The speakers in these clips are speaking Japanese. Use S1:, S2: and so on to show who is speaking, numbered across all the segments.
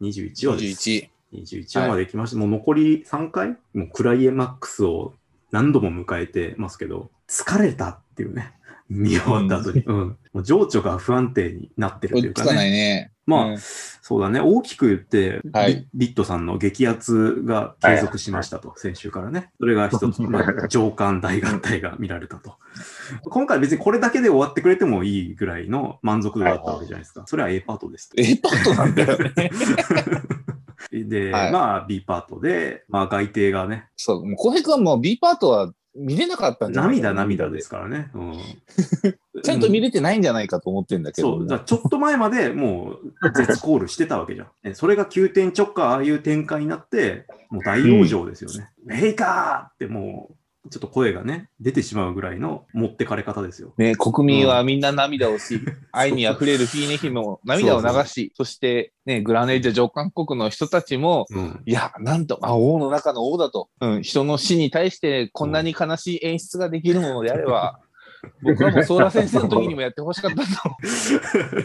S1: 21話です。
S2: 21。
S1: 21話まで来ました。もう残り3回もうクライエマックスを何度も迎えてますけど、疲れたっていうね。 見終わった後に。うん。もう情緒が不安定になってるとい
S2: 追いうつ
S1: か
S2: かな
S1: ね。
S2: いね。
S1: まあ、
S2: うん
S1: そうだね。大きく言って、
S2: はい
S1: リリットさんの激アツが継続しましたと、先週からね。それが一つ、まあ、 上官大合体が見られたと。今回別にこれだけで終わってくれてもいいぐらいの満足度だったわけじゃないですか。それは A パートですと。
S2: A パートなんだよね。
S1: で、
S2: はい
S1: まあ B パートで、まあ外定がね、
S2: そう、もう浩平君はもう B パートは見れなかったんじゃない
S1: 涙涙ですからね。うん
S2: ちゃんと見
S1: る
S2: れてないんじゃないかと思ってんだけど。
S1: そう、だからちょっと前までもう絶コールしてたわけじゃん。 えそれが急転直下、ああいう展開になって、もう大往生ですよね。メイカーってもう、ちょっと声がね、出てしまうぐらいの持ってかれ方ですよ。
S2: ね、国民はみん な涙をし、愛に溢れるフィーネ姫も涙を流
S1: そう
S2: し、そして、ね、グラネージャ上韓国の人たちも、
S1: うん。
S2: いや、なんと、あ、王の中の王だと、うん、人の死に対してこんなに悲しい演出ができるものであれ ば、僕はもうソーラ先生の時にもやってほしかったと。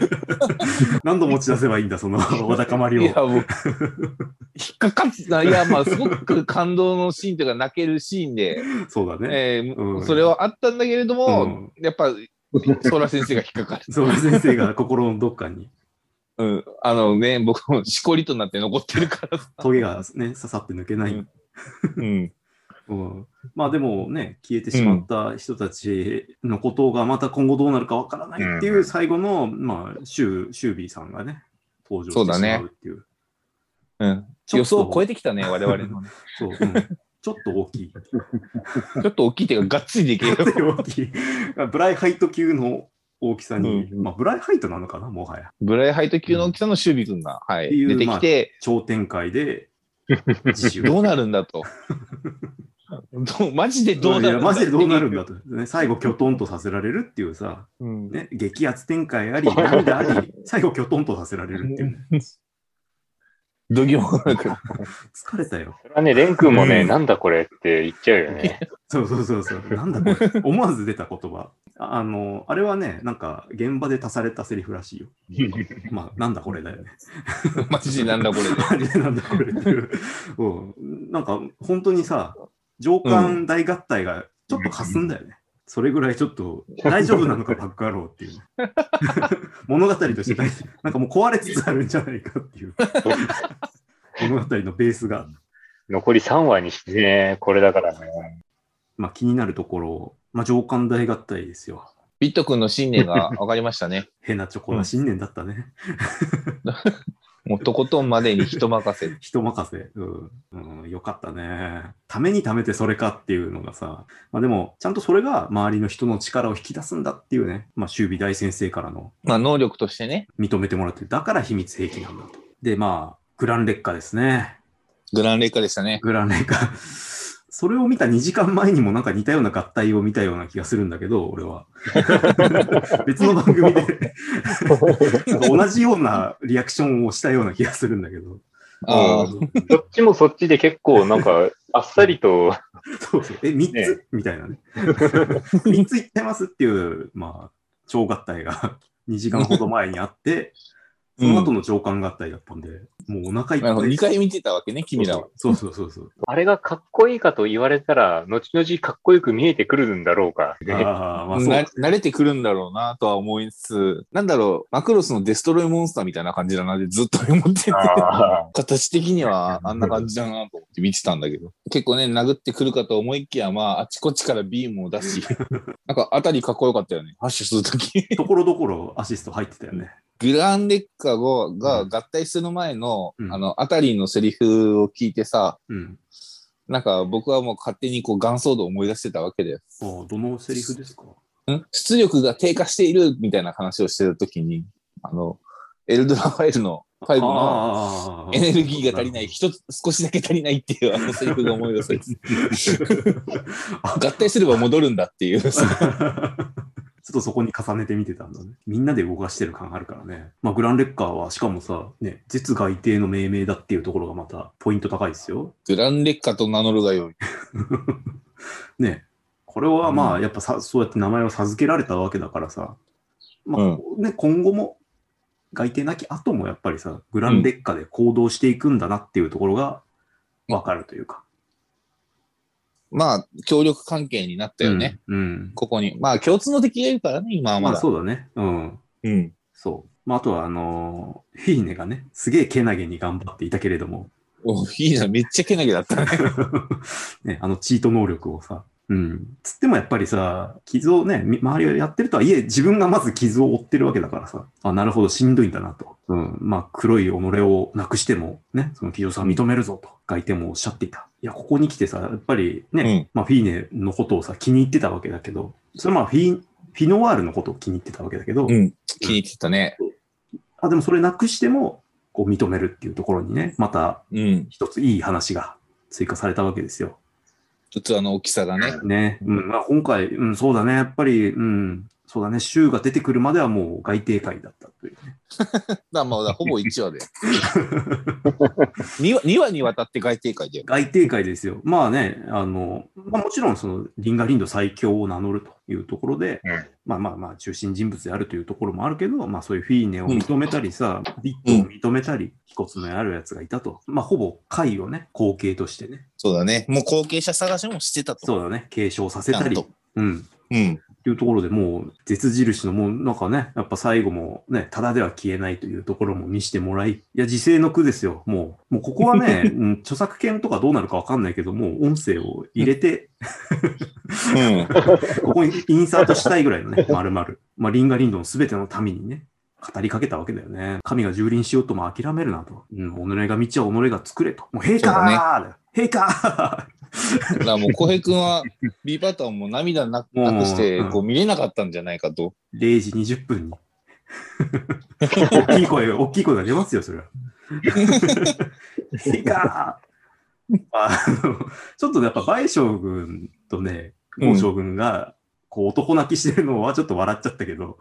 S1: 何度持ち出せばいいんだ、 そのわだかまり
S2: い
S1: を
S2: や、。もう、引っかかってた。いや、まあ、すごく感動のシーンというか、泣けるシーンで、
S1: そうだね。
S2: えー
S1: うん
S2: それはあったんだけれども、
S1: うん
S2: やっぱ、ソーラ先生が引っかか る。
S1: そう先生が心のどっかに、
S2: うん、あのね、僕もしこりとなって残ってるからさ。
S1: トゲがね、刺さって抜けない。
S2: うんうん。
S1: うん、まあでもね、消えてしまった人たちのことがまた今後どうなるかわからないっていううん最後の、まあ、シューシュービーさんがね、登場
S2: そう
S1: して
S2: だ
S1: し
S2: ね
S1: まうっていう。
S2: うん、
S1: ちょっと
S2: 予想を超えてきたね、我々のね。
S1: そううんちょっと大きい。
S2: ちょっと大きい手ががっつりできる。
S1: 大きい。ブライハイト級の大きさに、
S2: うん
S1: まあブライハイトなのかな、もはや。
S2: ブライハイト級の大きさの守備君が、はい、
S1: っていう
S2: 出てきて、
S1: 超展開 で、自習。
S2: どうなるんだ と。どうマジでどうなる
S1: いや
S2: んだ
S1: マジでどうなるんだと、ね。最後、きょとんとさせられるっていうさ、
S2: うん
S1: ね、激アツ展開あり、涙あ り、最後、きょとんとさせられるっていうね、
S2: どぎもなく。
S1: 疲れたよ。
S3: それはね、レン君もね、
S1: うん
S3: なんだこれって言っちゃうよ ね。
S1: そうそうそうそう。なんだ これ。思わず出た言葉。ああの、あれはね、なんか現場で足されたセリフらしい よ。まあ、なんだこれだよね。
S2: マジでなんだこれで。
S1: マジでなんだこれって いう。うん。なんか本当にさ、上官大合体がちょっとかすんだよね。それぐらいちょっと大丈夫なのか、パック野郎って いう。物語として大なんかもう壊れつつあるんじゃないかって いう。物語のベースが。
S3: 残り3話にしてね、これだからね。
S1: まあ気になるところ、まあ上官大合体ですよ。
S2: ビット君の信念が分かりまし たね。
S1: 変なチョコな信念だったね。
S2: もうとことんまでに人任せ。
S1: 人任せ、うんうん、よかったね。ためにためてそれかっていうのがさ、まあ、でも、ちゃんとそれが周りの人の力を引き出すんだっていうね、まあ、修美大先生からの
S2: まあ能力としてね、
S1: 認めてもらって、だから秘密兵器なんだと。で、まあ、グラン劣化ですね。
S2: グランレイカでしたね。
S1: グラン劣化。それを見た2時間前にもなんか似たような合体を見たような気がするんだけど、俺は。 別の番組でなんか同じようなリアクションをしたような気がするんだけど。
S2: ああ
S1: うん
S3: そっちもそっちで結構なんか、あっさりと、
S1: そうそう。え、3つ、
S3: ね
S1: みたいなね。3ついってますっていう、まあ、超合体が2時間ほど前にあって、その後の上官合体だったんで、もうお腹いっ
S2: なるほ
S1: ぱ
S2: ど。
S1: い。
S2: 2回見てたわけね、君らは。
S1: そうそうそうそう。
S3: あれがかっこいいかと言われたら、後々かっこよく見えてくるんだろうか。
S1: ああ、まあそう。
S2: な慣れてくるんだろうなとは思いつつ、なんだろう、マクロスのデストロイモンスターみたいな感じだなってずっと思ってて、
S3: ああ
S2: 形的にはあんな感じだなと思って見てたんだけど、結構ね、殴ってくるかと思いきや、まあ、あちこちからビームを出 し、なんかあたりかっこよかったよね、ハッシュするとき。
S1: ところどころアシスト入ってたよね。
S2: グランレッカーが
S1: うん
S2: 合体する前の、
S1: うん
S2: あの、あたりのセリフを聞いてさ、
S1: うん。
S2: なんか僕はもう勝手にこう、ガンソードを思い出してたわけだよ。
S1: ああ、どのセリフですか
S2: ん出力が低下しているみたいな話をしてるときに、あの、エルドラファイルの5の
S1: ああ
S2: エネルギーが足 りない、。一つ、少しだけ足りないっていうあのセリフが思い出されて、合体すれば戻るんだっていう。
S1: ちょっとそこに重ねてみてたんだね。みんなで動かしてる感あるからね。まあ、グランレッカーは、しかもさ、ね、絶外定の命名だっていうところがまたポイント高いですよ。
S2: グランレッカと名乗るがよい。
S1: ね、これはま
S2: う
S1: あ、やっぱさ、そうやって名前を授けられたわけだからさ、まあ
S2: うん
S1: ね、今後もがいてなき後もやっぱりさ、グランデッカで行動していくんだなっていうところがわかるというか。
S2: まあ、協力関係になったよね。
S1: うん。うん。
S2: ここに。まあ、共通の敵がいるからね、今は
S1: ま
S2: ま
S1: あ
S2: だ。
S1: そうだね。うん。
S2: うん。
S1: そう。まああとはあのーフィーネがね、すげえけなげに頑張っていたけれども、
S2: おいいな、めっちゃけなげだったね。
S1: ね、あのチート能力をさ。うん。つってもやっぱりさ、傷をね、み周りがやってるとはいえ、自分がまず傷を負ってるわけだからさ、あ、なるほど、しんどいんだなと。うん。まあ、黒い己をなくしても、ね、その企業さんは認めるぞと、外店もおっしゃっていた。いや、ここに来てさ、やっぱりね、
S2: うん
S1: まあ、フィーネのことをさ、気に入ってたわけだけど、それはまあ、フィ、フィノワールのことを気に入ってたわけだけど、
S2: うん。気に入ってたね。
S1: あ、でもそれなくしても、こう認めるっていうところにね、また
S2: うん。
S1: 一ついい話が追加されたわけですよ。
S2: 器の大きさがね。
S1: ね、うんまあ、今回、うん、そうだね、やっぱり、うん、そうだね、州が出てくるまではもう外定会だったという、ね。
S2: だまあ、ほぼ1話で。2, 話2話にわたって外定会だよ。
S1: 外定会ですよ。まあね、あの、まあ、もちろん、その、リンガリンド最強を名乗るというところで、
S3: うん
S1: まあまあまあ、中心人物であるというところもあるけど、まあそういうフィーネを認めたりさ、ビットを認めたり、飛骨のあるやつがいたと。まあ、ほぼ会をね、後継としてね、
S2: そうだね。もう後継者探しもしてたと。
S1: そうだね、継承させ
S2: ちゃ
S1: た
S2: ん
S1: り
S2: と、。
S1: うん、
S2: うん。
S1: っていうところでもう、絶印のもう、なんかね、やっぱ最後もね、ただでは消えないというところも見せてもらい、いや、時勢の句ですよ。もう、もうここは ね、うん著作権とかどうなるかわかんないけど、もう音声を入れ て、
S2: うん。
S1: ここにインサートしたいぐらいのね、丸々。まあ、リンガリンドの全ての民にね、語りかけたわけだよね。神が蹂躙しようとも諦めるなと。うん、己が道は己が作れと。もう、陛下
S2: そうだね
S1: ーだよ陛下
S2: だからもう小平君は B パターンも涙なくなくして
S1: うん
S2: こう見れなかったんじゃないかと。
S1: ー !0 時20分に。大きい声、大きい声が出ますよ、それは。 いいかあのちょっとねやっぱ倍将軍とね、
S2: うん
S1: 王将軍が、こう男泣きしてるのはちょっと笑っちゃったけど、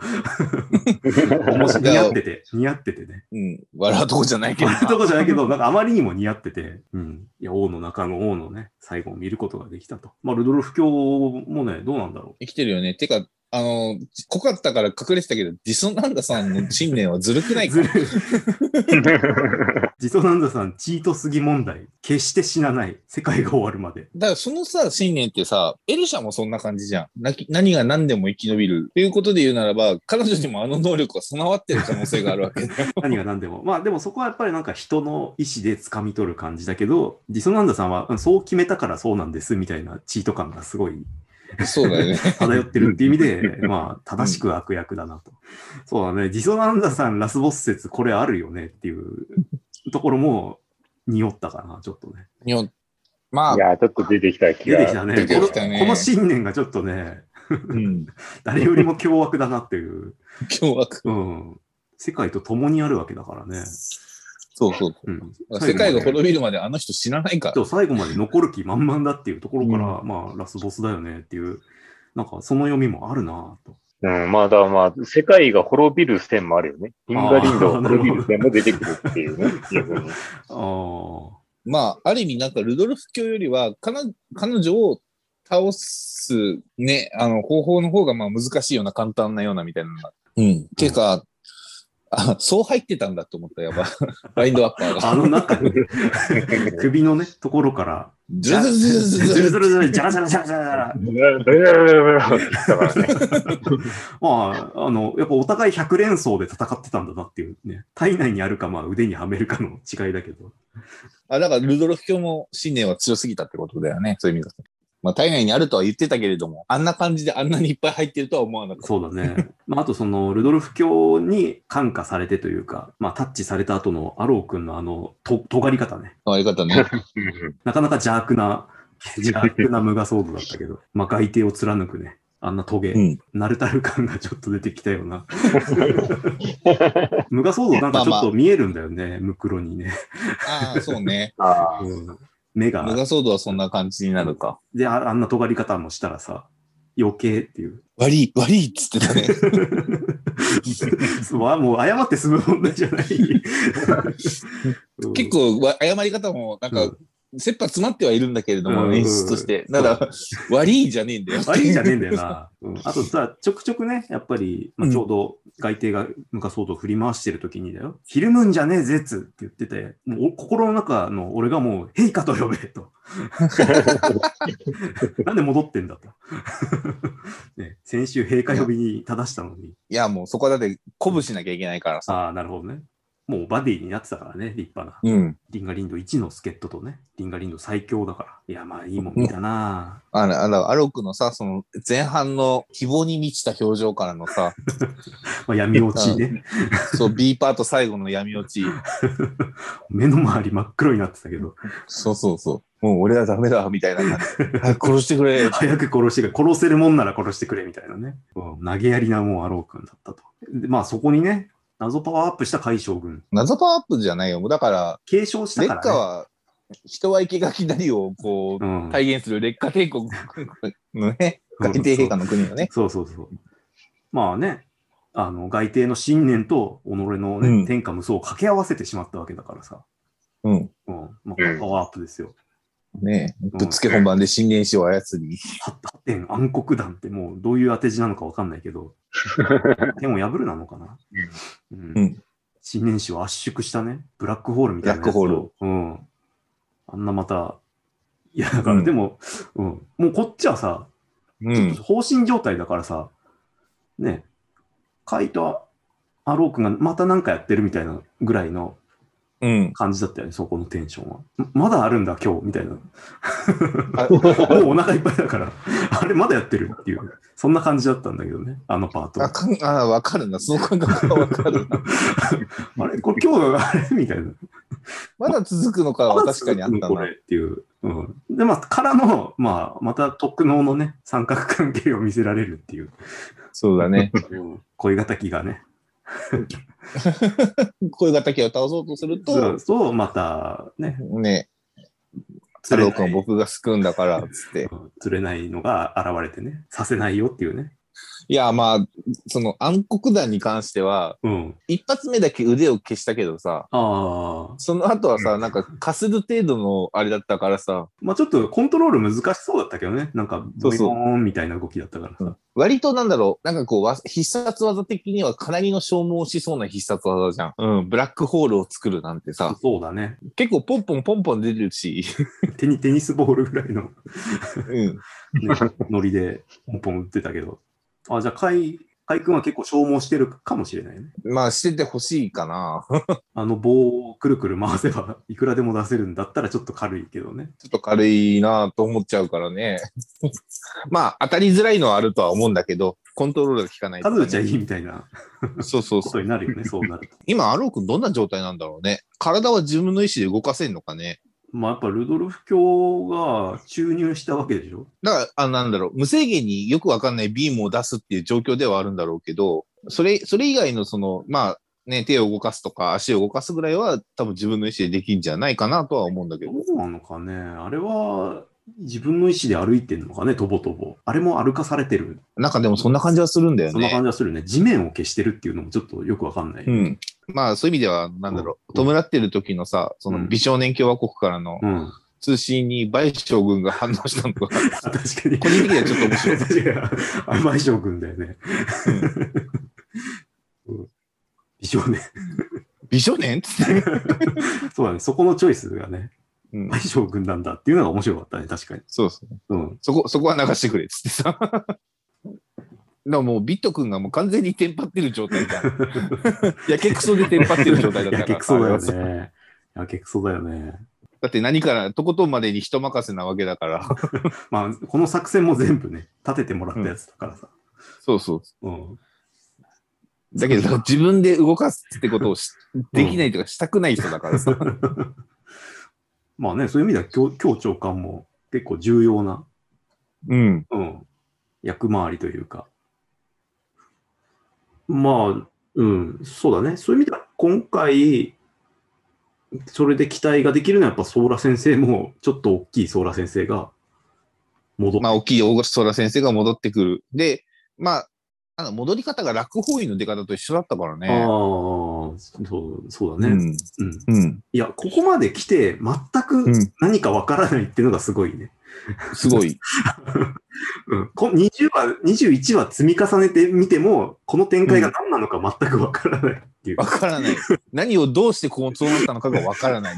S1: 面白い似合ってて、似合っててね。
S2: うん、笑うとこじゃないけど
S1: 笑うとこじゃないけど、なんかあまりにも似合ってて、うん。いや、王の中の王のね、最後を見ることができたと。まあ、ルドルフ教もね、どうなんだろ
S2: 生きてるよね。てかあの濃かったから隠れてたけどディソナンダさんの信念はずるくな
S1: う。
S2: い
S1: ず
S2: か
S1: るい。ジソナンダさん、チートすぎ問題。決して死なない。世界が終わるま で。
S2: だからそのさ信念ってさエルシャもそんな感じじゃん。なき何が何でも生き延びる。ということで言うならば彼女にもあの能力が備わってる可能性があるわけだよ。
S1: 何が何でも。まあでもそこはやっぱりなんか人の意思で掴み取る感じだけど、ディソナンダさんはうんそう決めたからそうなんですみたいなチート感がすごい
S2: そうだよね。
S1: 漂ってるっていう意味 で、まあ正しく悪役だなと。そうだね、ディソナンダさんラスボス説これあるよねっていうところも匂ったかな、ちょっとね。
S2: 日本まあ
S3: い、や、ちょっと出てきた気
S1: 出
S3: が。
S1: てきたね。
S2: 出てきた
S1: こ
S2: ね
S1: のこの信念がちょっとね、
S2: うん、
S1: 誰よりも凶悪だなっていう、
S2: 凶悪。
S1: うん。世界と共にあるわけだからね。
S2: そうそう。
S1: うん、
S2: 世界
S1: 最後まで
S2: が滅びるまであの人死なないから。
S1: そう最後まで残る気満々だっていうところから、まあ、ラスボスだよねっていう、なんかその読みもあるなぁと。
S3: うん、まあだ、まあ、世界が滅びる線もあるよね。リンガリンドが滅びる線も出てくるっていうね。逆に
S1: あ
S2: まあ、ある意味、なんか、ルドルフ教よりは、彼女彼女を倒す、ね、あの、方法の方が、まあ、難しいような、簡単なような、みたいなのが。うん。ていうか、あ、そう入ってたんだと思った、や ば。ラインドアッパー
S1: あ、
S2: が。
S1: あの 中に、首のね、ところから、
S2: ズルズルズル
S1: ず
S2: ズルズ
S1: る
S2: ル
S1: ずるずる、じゃらじゃらじゃらじゃらじゃら。
S3: ブラブラブラブラって言ったからね。
S1: まあ、あの、やっぱお互い100連装で戦ってたんだなっていうね。体内にあるか、まあ腕にはめるかの違いだけど。
S2: あ、だから、ルドルフ教も信念は強すぎたってことだよね、そういう意味だと。まあ、体内にあるとは言ってたけれども、あんな感じであんなにいっぱい入ってるとは思わなかった。
S1: そうだね。 まあ、あとその、ルドルフ教に感化されてというか、まあ、タッチされた後のアロー君のあの、と、尖り方ね。
S2: あり方ね。
S1: なかなか邪悪 な、邪悪な無我ソードだったけど、まあ外帝を貫くね、あんなトゲ、
S2: うん。
S1: ナルタル感がちょっと出てきたよう な。無我ソードなんかちょ
S2: ま
S1: っ
S2: あま
S1: と
S2: あ
S1: 見えるんだよね、ムクロにね。
S2: ああ、そうね。
S3: ああ
S1: うん目
S2: 無
S1: が、
S2: 我騒動はそんな感じになるか。
S1: で、ああんな尖り方もしたらさ、余計っていう。
S2: 悪い、悪いっつってた ね。
S1: そうわもう謝って済む問題じゃない。
S2: 結構わ謝り方もなん
S1: うん
S2: か切羽詰まってはいるんだけれど
S1: う
S2: も、
S1: ん
S2: 演出として。ただ、悪いじゃねえんだよ。
S1: 悪いんじゃねえんだよ な。うんあとさ、ちょくちょくね、やっぱり、まあ、
S2: うん
S1: ちょうど外邸が昔相当振り回してる時にだよ、ひるむんじゃねえぜっつって言ってて、もうお心の中の俺がもう、陛下と呼べと。 なんで戻ってんだと。 ね、先週陛下呼びに正したのに、
S2: いや、もうそこはだって鼓舞しなきゃいけないからさ。
S1: ああ、なるほどね。もうバディになってたからね、立派な。
S2: うん。
S1: リンガリンド1の助っ人とね、リンガリンド最強だから。いや、まあいいもん見たな
S2: あの、あの、アロクのさ、その前半の希望に満ちた表情からのさ、
S1: まあ闇落ちね。
S2: そう、B パート最後の闇落ち。
S1: 目の周り真っ黒になってたけど、
S2: そうそうそう。もう俺はダメだ、みたいな感 じ。はい、殺してくれ。
S1: 早く殺してくれ、殺せるもんなら殺してくれみたいなね。うん投げやりなもうアロー君だったと。でまあそこにね、謎パワーアップした海将軍。
S2: 謎パワーアップじゃないよ。もうだから、
S1: 継承した
S2: 劣
S1: から、ね。
S2: 化は、人は生垣なりをこ
S1: う
S2: う、
S1: ん、
S2: 体現する劣化帝国のね、
S1: うん
S2: 海底陛下の国のね。
S1: そうそうそう。まあね、あの外帝の信念と己の、ね
S2: うん
S1: 天下無双を掛け合わせてしまったわけだからさ。
S2: うん。
S1: うんまあ、パワーアップですよ。
S2: ねぶっつけ本番で新年史を操り。
S1: 発展暗黒団ってもうどういう当て字なのかわかんないけ ど、天を破るなのかな、うん
S2: うん
S1: 新年史を圧縮したね、ブラックホールみたいなやつを
S2: ブラック
S1: うん。あんなまた、いや、だから
S2: うん
S1: でも、うんもうこっちはさ、
S2: う
S1: ちょっ
S2: ん。
S1: と放心状態だからさ、ね、カイとアロー君がまたなんかやってるみたいなぐらいの
S2: うん。
S1: 感じだったよね、そこのテンションは。ままだあるんだ、今日、みたいな。
S2: あ
S1: も うお腹いっぱいだから、 あれまだやってるっていう、そんな感じだったんだけどね、あのパート。
S2: あ、かんあわかるな。その感覚はわかる。
S1: あれこれ今日、あれみたいな。
S2: まだ続くのかは確かにあった
S1: こ
S2: な。
S1: れっていう。うん、で、まあ、からの、まあ、また特能のね、三角関係を見せられるっていう、
S2: そうだね。
S1: 恋敵がね。
S2: 声が竹を倒そうとする
S1: そ
S2: と、
S1: う、そうまたね、
S2: ね、太郎君を僕が救うんだから、つって。
S1: うん釣れないのが現れてね、させないよっていうね。
S2: いや、まあ、その暗黒団に関しては、
S1: うん。
S2: 一発目だけ腕を消したけどさ、
S1: ああ。
S2: その後はさ、
S3: うん
S2: なんか、かする程度のあれだったからさ、
S1: まあ、ちょっとコントロール難しそうだったけどね、なんか、ボ
S2: そう
S1: イ
S2: そう
S1: ボーンみたいな動きだったからさ。
S2: 割となんだろう、なんかこうわ、必殺技的にはかなりの消耗しそうな必殺技じゃん。うん、ブラックホールを作るなんてさ、
S1: そうだね。
S2: 結構ポンポンポンポン出てるし、
S1: 手にテニスボールぐらいの
S2: うん、
S1: ね、ノリでポンポン打ってたけど。あ、じゃあ、カイ、カイ君は結構消耗してるかもしれないね。
S2: まあ、しててほしいかな。
S1: あの棒をくるくる回せば、 いくらでも出せるんだったらちょっと軽いけどね。
S2: ちょっと軽いなと思っちゃうからね。 まあ、当たりづらいのはあるとは思うんだけど、コントロールが効かない、
S1: 数打ちゃいいみたいな
S2: そうそう
S1: こ
S2: そう。
S1: とになるよね、そうなると。
S2: 今、アロー君どんな状態なんだろうね。体は自分の意思で動かせんのかね。
S1: まあ、やっぱルドルフ教が注入したわけでしょ。
S2: だから、あなんだろう、無制限によくわかんないビームを出すっていう状況ではあるんだろうけど、それ、それ以外のその、まあ、ね、手を動かすとか足を動かすぐらいは多分自分の意思でできんじゃないかなとは思うんだけ
S1: ど
S2: ど。
S1: うなのかね。あれは、自分の意思で歩いてるのかね、とぼとぼ。あれも歩かされてる。
S2: なんかでもそんな感じはするんだよね。
S1: そんな感じはするね。地面を消してるっていうのもちょっとよくわかんない。
S2: うん。まあ、そういう意味では、なんだろう、
S1: うん
S2: 弔ってる時のさ、そうの
S1: ん
S2: 美少年共和国からの
S1: うん。
S2: 通信に倍将軍が反応したのとか、
S1: あ 確かに。
S2: 個人的にはちょっと面白い。
S1: 確 かに。甘い将軍だよね。うん美少年。
S2: 美少年っつって。
S1: そうだね。そこのチョイスがね、
S2: うん
S1: 甘い将軍なんだっていうのが面白かったね、確かに。
S2: そうそう。
S1: うん。
S2: そこ、そこは流してくれっつってさ。だからもうビット君がもう完全にテンパってる状態じゃ ん。やけくそでテンパってる状態だったから。
S1: やけくそだよ
S2: あれはさ
S1: ね。やけくそだよね。
S2: だって何から、とことんまでに人任せなわけだ から。
S1: まあ、この作戦も全部ね、立ててもらったやつだからさ。
S2: そうそう。
S1: うん。
S2: だけど、自分で動かすってことをしできないとかしたくない人だからさ。
S1: まあね、そういう意味では、強強長官も結構重要な、
S2: うん。
S1: うん、役回りというか。まあ、うん、そうだね。そういう意味では、今回、それで期待ができるのは、やっぱ、ソーラ先生も、ちょっと大きいソーラ先生が、戻っ
S2: まあ、大きい大越空先生が戻ってくる。で、まあ、あの戻り方が落法医の出方と一緒だったから
S1: あ
S2: ね。
S1: あ、あ、そう、そう
S2: う
S1: だね、
S2: ん。
S1: うん。
S2: うん。
S1: いや、ここまで来て、全く
S2: うん
S1: 何かわからないっていうのがすごいね。
S2: すごい。
S1: うん。こ20話、21話積み重ねてみても、この展開が何なのか全くわからないっていう
S2: わ。からない。何をどうしてこうそうなったのかがわからない。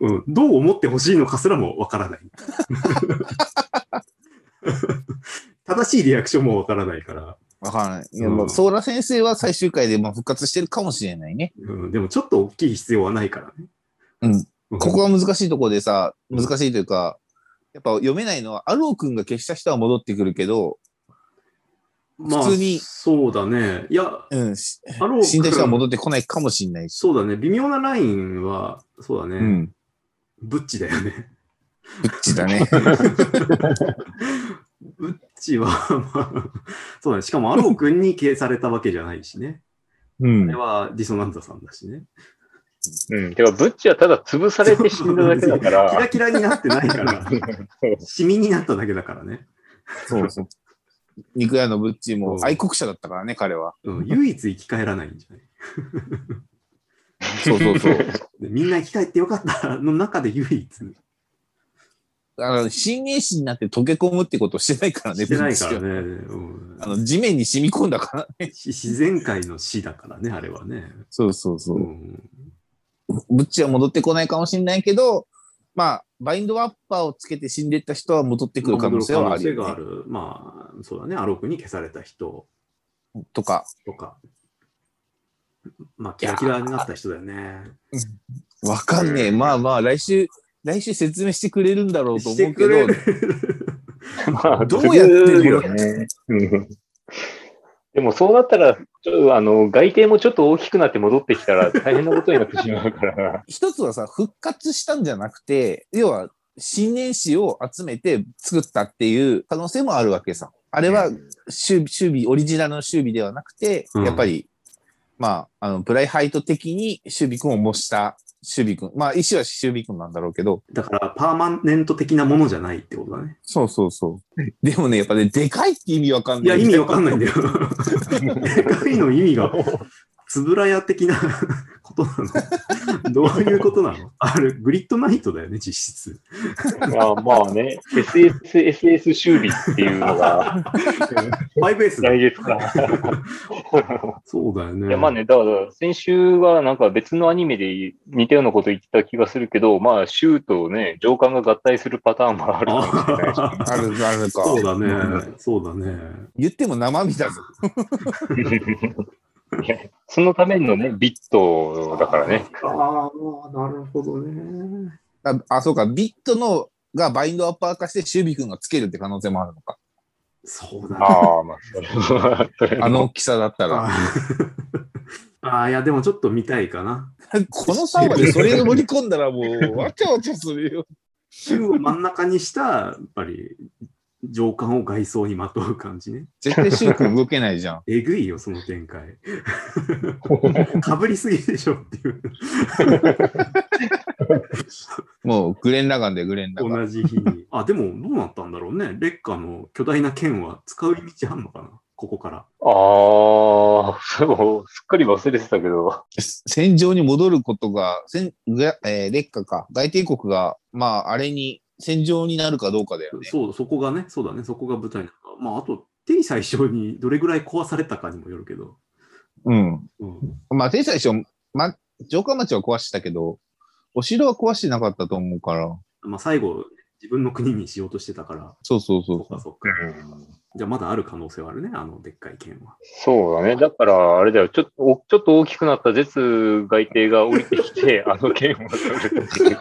S1: うん、どう思ってほしいのかすらもわから ない。正しいリアクションもわからないから、
S2: わからない。いや、
S1: うん
S2: まあ、ソーラ先生は最終回でまあ復活してるかもしれないね。
S1: うん、でもちょっと大きい必要はないからね。
S2: うん
S1: うん。
S2: ここが難しいところでさ、難しいというか、やっぱ読めないのは、アロー君が消した人は戻ってくるけど、
S1: まあ
S2: 普通に
S1: そうだね。いや、
S2: うん、し
S1: あろう
S2: 死んだ人は戻ってこないかもしれないし。
S1: そうだね。微妙なラインは、そうだね。
S2: うん。
S1: ブッチだよね。
S2: ぶっちだね。
S1: ブッチは、まあ、そうだね。しかも、アロー君に消されたわけじゃないしね。
S2: う
S1: あ
S2: ん
S1: れ。はディソナンザさんだしね。
S3: うん。てか、ブッチはただ潰されて死んだだけだか
S1: キラ
S3: ら。
S1: キラになってない から、シミになっただけだからね。
S2: そうそう。肉屋のぶっちも
S1: うん
S2: 愛国者だったからね、彼は。
S1: うん、唯一生き返らないんじゃない
S2: そうそう そう。
S1: でみんな生き返ってよかったの中で唯一
S2: あの、新兵士になって溶け込むってことをしてないからね、
S1: してないから
S2: 文
S1: ね。
S2: 吉は
S1: うん
S2: あの、地面に染み込んだからね。
S1: し自然界の死だからね、あれはね。
S2: そうそうそうう。
S1: ん、
S2: ブッチは戻ってこないかもしれないけど、まあ、バインドワッパーをつけて死んでった人は戻ってくる可能性は
S1: 可
S2: ある
S1: 能性が
S2: よ、
S1: あ
S2: ね。
S1: る。まあ、そうだね、アロークに消された人
S2: とか。
S1: とか。まあ、キラキラになった人だよね。
S2: わかんねえ。まあまあ、来週、来週説明してくれるんだろうと
S1: し
S2: 思
S1: てく
S2: うけ
S1: れ
S2: ど、
S1: る。
S3: まあ
S2: どうやって戻る
S3: ずるいよね。うんでもそうなったら、ちょあの、外形もちょっと大きくなって戻ってきたら大変なことになってしま うから。
S2: 一つはさ、復活したんじゃなくて、要は、新年史を集めて作ったっていう可能性もあるわけさ。あれは、守備、守備、オリジナルの守備ではなくて、
S1: うん
S2: やっぱり、まあ、あの、ブライハイト的に守備君を模した守備君。まあ、石は守備君なんだろうけど、
S1: だから、パーマネント的なものじゃないってことだね。
S2: そうそうそう。でもね、やっぱね、でかいって意味わかん
S1: い
S2: な
S1: や、
S2: い。
S1: 意味わかんないんだよ。でかいの意味が、つぶらや的なことなのどういうことなのあれ、グリッドナイトだよね、実質。
S3: まあまあね、SS、SS 修理っていうのが
S1: 5S だ
S3: 大事です から。
S1: そうだよね。
S3: いやまあね、だから先週はなんか別のアニメで似たようなこと言ってた気がするけど、まあ、シューとね、上官が合体するパターンもあるかもしれないし。
S1: あ
S2: ある、あるか。
S1: そうだね。そうだね。
S2: 言っても生身だぞ。
S3: いやそのためのね、ビットだからね。
S1: ああ、なるほどね。
S2: あ、あそうか、ビットのがバインドアッパー化して、シュービ君がつけるって可能性もあるのか。
S1: そうだね。
S3: ああ、まあ、それはそれは
S2: あの大きさだったら。
S1: あー あー、いや、でもちょっと見たいかな。
S2: この3話でそれを盛り込んだらもう、わちゃわちゃするよ。
S1: 中を真ん中にした、やっぱり、上官を外装にまとう感じね。
S2: 絶対シュー君動けないじゃん。
S1: えぐいよ、その展 開。かぶりすぎでしょっていう。
S2: もう、グレン・ラガンでグレン・ラガン。
S1: 同じ日に。あ、でもどうなったんだろうね。劣化の巨大な剣は使う道あんのかなここから。
S3: ああ、そう、すっかり忘れてたけど。
S2: 戦場に戻ることが、戦がえー劣化か、大帝国が、まあ、あれに、戦場になるかどうかだよね。
S1: そう、そこがね、そうだね、そこが舞台なのか。まあ、あと、テイ最初にどれぐらい壊されたかにもよるけど。
S2: うん。
S1: うん、
S2: まあ、天才賞、ま、城下町は壊してたけど、お城は壊してなかったと思うから。
S1: まあ、最後、自分の国にしようとしてたから、
S2: そうそう
S1: そ
S2: そ
S1: っかそっか。じゃあ、まだある可能性はあるね、あの、でっかい剣は。
S3: そうだね。だから、あれだよ。ちょっと、おちょっと大きくなった絶外帝が降りてきて、あの剣を取るっていう。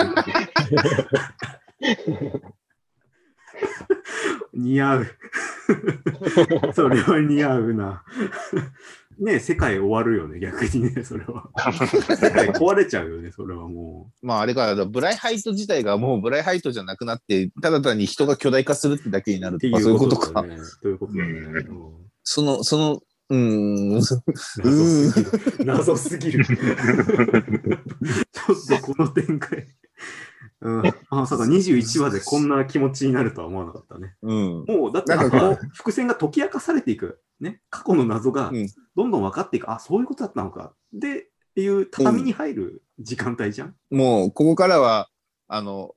S1: 似合う。 それは似合うな。ねえ世界終わるよね、逆にね、それは。世界壊れちゃうよね、それはも
S2: う。まあ、あれから、ブライハイト自体がもうブライハイトじゃなくなって、ただ単に人が巨大化するってだけにな
S1: う。
S2: る
S1: ってい
S2: とか、そういうう
S1: こ
S2: ことと
S1: だ
S2: か。
S1: ね。そういうことだね。
S3: う
S1: うん
S2: その、その、うーん、
S1: 謎すぎる。謎すぎ る。ちょっとこの展開。うん、まさか21話でこんな気持ちになるとは思わなかったね。
S2: うん。
S1: もうだって
S2: なんかこう
S1: こう伏線が解き明かされていく、ね、過去の謎が
S2: うん
S1: どんどん分かっていく、あそういうことだったのか。で、っていう畳に入る時間帯じゃん。
S2: もう、ここからは、あの、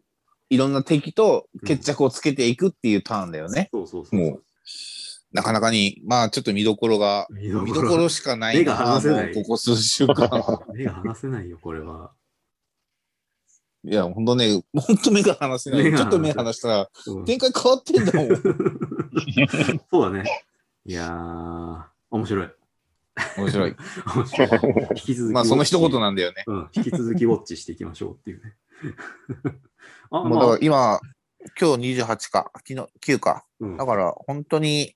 S2: いろんな敵と決着をつけていくっていうターンだよね。
S1: そうそうそう
S2: も
S1: そう
S2: なかなかに、まあ、ちょっと見どころが、
S1: う。見ど
S2: 見
S1: こ
S2: ど
S1: ろ
S2: ころしかない
S1: 目が離せない
S2: もうここ数週 間。
S1: 目が離せないよ、これ は。
S2: いや、ほんとね、ほんと目が離せな
S1: 目
S2: い。
S1: が
S2: ちょっと目離したら、
S1: うん
S2: 展開変わってんだもん。
S1: そうだね。いやー、面白い。
S2: 面白い。
S1: 面白 い。引き続き。
S2: まあ、その一言
S1: な。
S2: なんだよね。
S1: うん、引き続きウォッチしていきましょうっていうね。 あ、
S2: ま
S1: ま
S2: あだか
S1: あ
S2: ら、今、今日28か、昨日9か。
S1: うん
S2: だから、本当に、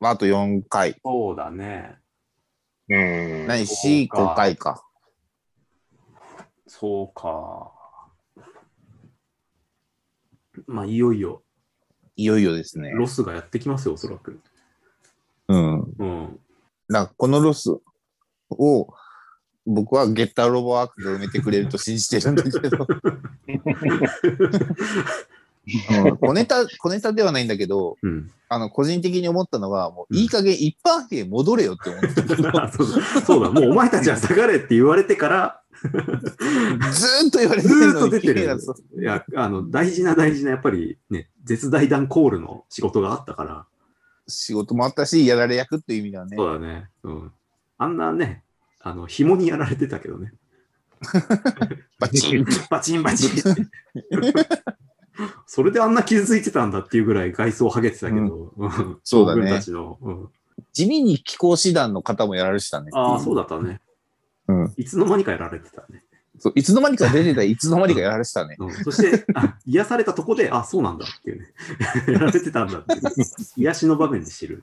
S2: まあ、あと4回。
S1: そうだね。
S3: うん。
S2: ないし、
S1: そうか
S2: 5回か。
S1: そうか。まあ、いよいよ、
S2: いよいよですね。
S1: ロスがやってきますよ、おそらく。
S2: うん。
S1: うん。
S2: なんかこのロスを、僕はゲッターロボワークで埋めてくれると信じてるんだ けど。うん小ネタ、小ネタではないんだけど、
S1: うん。
S2: あの、個人的に思ったのが、も
S1: う
S2: う、
S1: ん
S2: いい加減一般兵戻れよって思ってた。
S1: あ そうだ、そうだもうお前たちは下がれって言われてから、
S2: ずーっと言われて
S1: ず
S2: る
S1: ー
S2: のに
S1: っと出て
S2: 綺麗
S1: る
S2: なそう。
S1: いや、あの、大事な大事な、やっぱりね、絶大弾コールの仕事があったから、
S2: 仕事もあったし、やられ役っていう意味ではね。
S1: そうだね。うん。あんなね、あの、紐にやられてたけどね。
S2: バチン。
S1: バチンバチンって。 それであんな傷ついてたんだっていうぐらい外装はげてたけど、うん
S2: そうだね
S1: 僕たちの。うん
S2: 地味に気候師団の方もやられてたね。
S1: ああ、そうだったね。
S2: うん。
S1: いつの間にかやられてたね。
S2: そういつの間にか出てた、いつの間にかやられてたね。
S1: うん、そして、あ癒されたとこで、あそうなんだっていうね。 やられてたんだっていう、ね。癒しの場面で知る。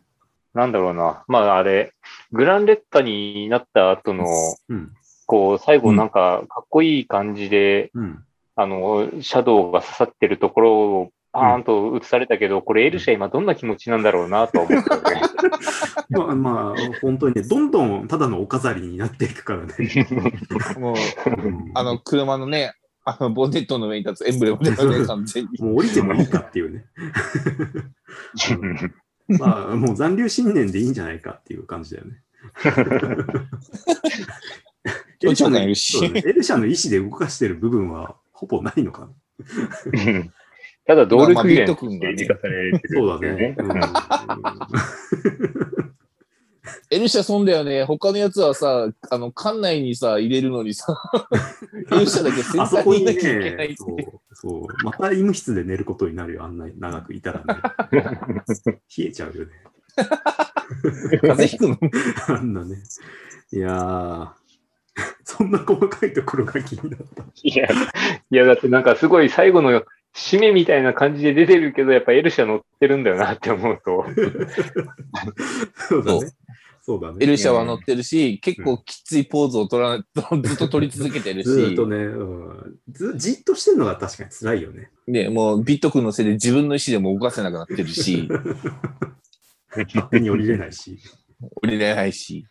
S3: なんだろうな。まあ、あれ、グランレッカになった後の、
S1: うん。
S3: こう、最後なんか、かっこいい感じで、
S1: うん。
S3: あの、シャドウが刺さってるところを、パーンと映されたけど、これエルシャ今どんな気持ちなんだろうなとは思ったよね。
S1: まあ、まあ、本当にね、どんどんただのお飾りになっていくからね。
S2: もう、
S1: うん
S2: あの、車のね、あの、ボンネットの上に立つエンブレムだよね、完全に。
S1: もう降りてもいいかっていうね。まあ、もう残留信念でいいんじゃないかっていう感じだよね。エル
S2: ちょち
S1: シ
S2: ょ
S1: ャ
S2: が
S1: の
S2: いる
S1: そうだ
S2: し。
S1: ねエルシャの意思で動かしてる部分はほぼないのかな。
S3: うん ただ、動力源と
S2: まあまあビート君
S3: し
S2: が
S3: て
S2: ね
S3: 生かされてる
S1: そう
S3: ってい
S1: だね。うん
S2: エルシャ損だよね。他のやつはさ、あの、館内にさ、入れるの にさ、エルシャだけ先
S1: あそ
S2: 端
S1: こ
S2: にい
S1: に
S2: なきゃいけないっ
S1: ね
S2: て、
S1: そう、そう、また医務室で寝ることになるよ、あんなに長くいた らね。冷えちゃうよね。
S2: 風邪ひくの。
S1: あんなね。いやー、 そんな細かいところが気になった。
S3: いや、いやだってなんかすごい最後の締めみたいな感じで出てるけど、やっぱエルシャ乗ってるんだよなって思うと。
S1: そうだね。そうだね。
S2: エルシャは乗ってるし、結構きついポーズを取らない、ずっと取り続けて る
S1: ずーっ
S2: し
S1: と、ね、うん、ずじっとしてるのが確かに辛いよね。
S2: ね、もうビット君のせいで自分の意思でも動か せなくなってるし、
S1: 勝手に降りれないし。
S2: 降りれないし。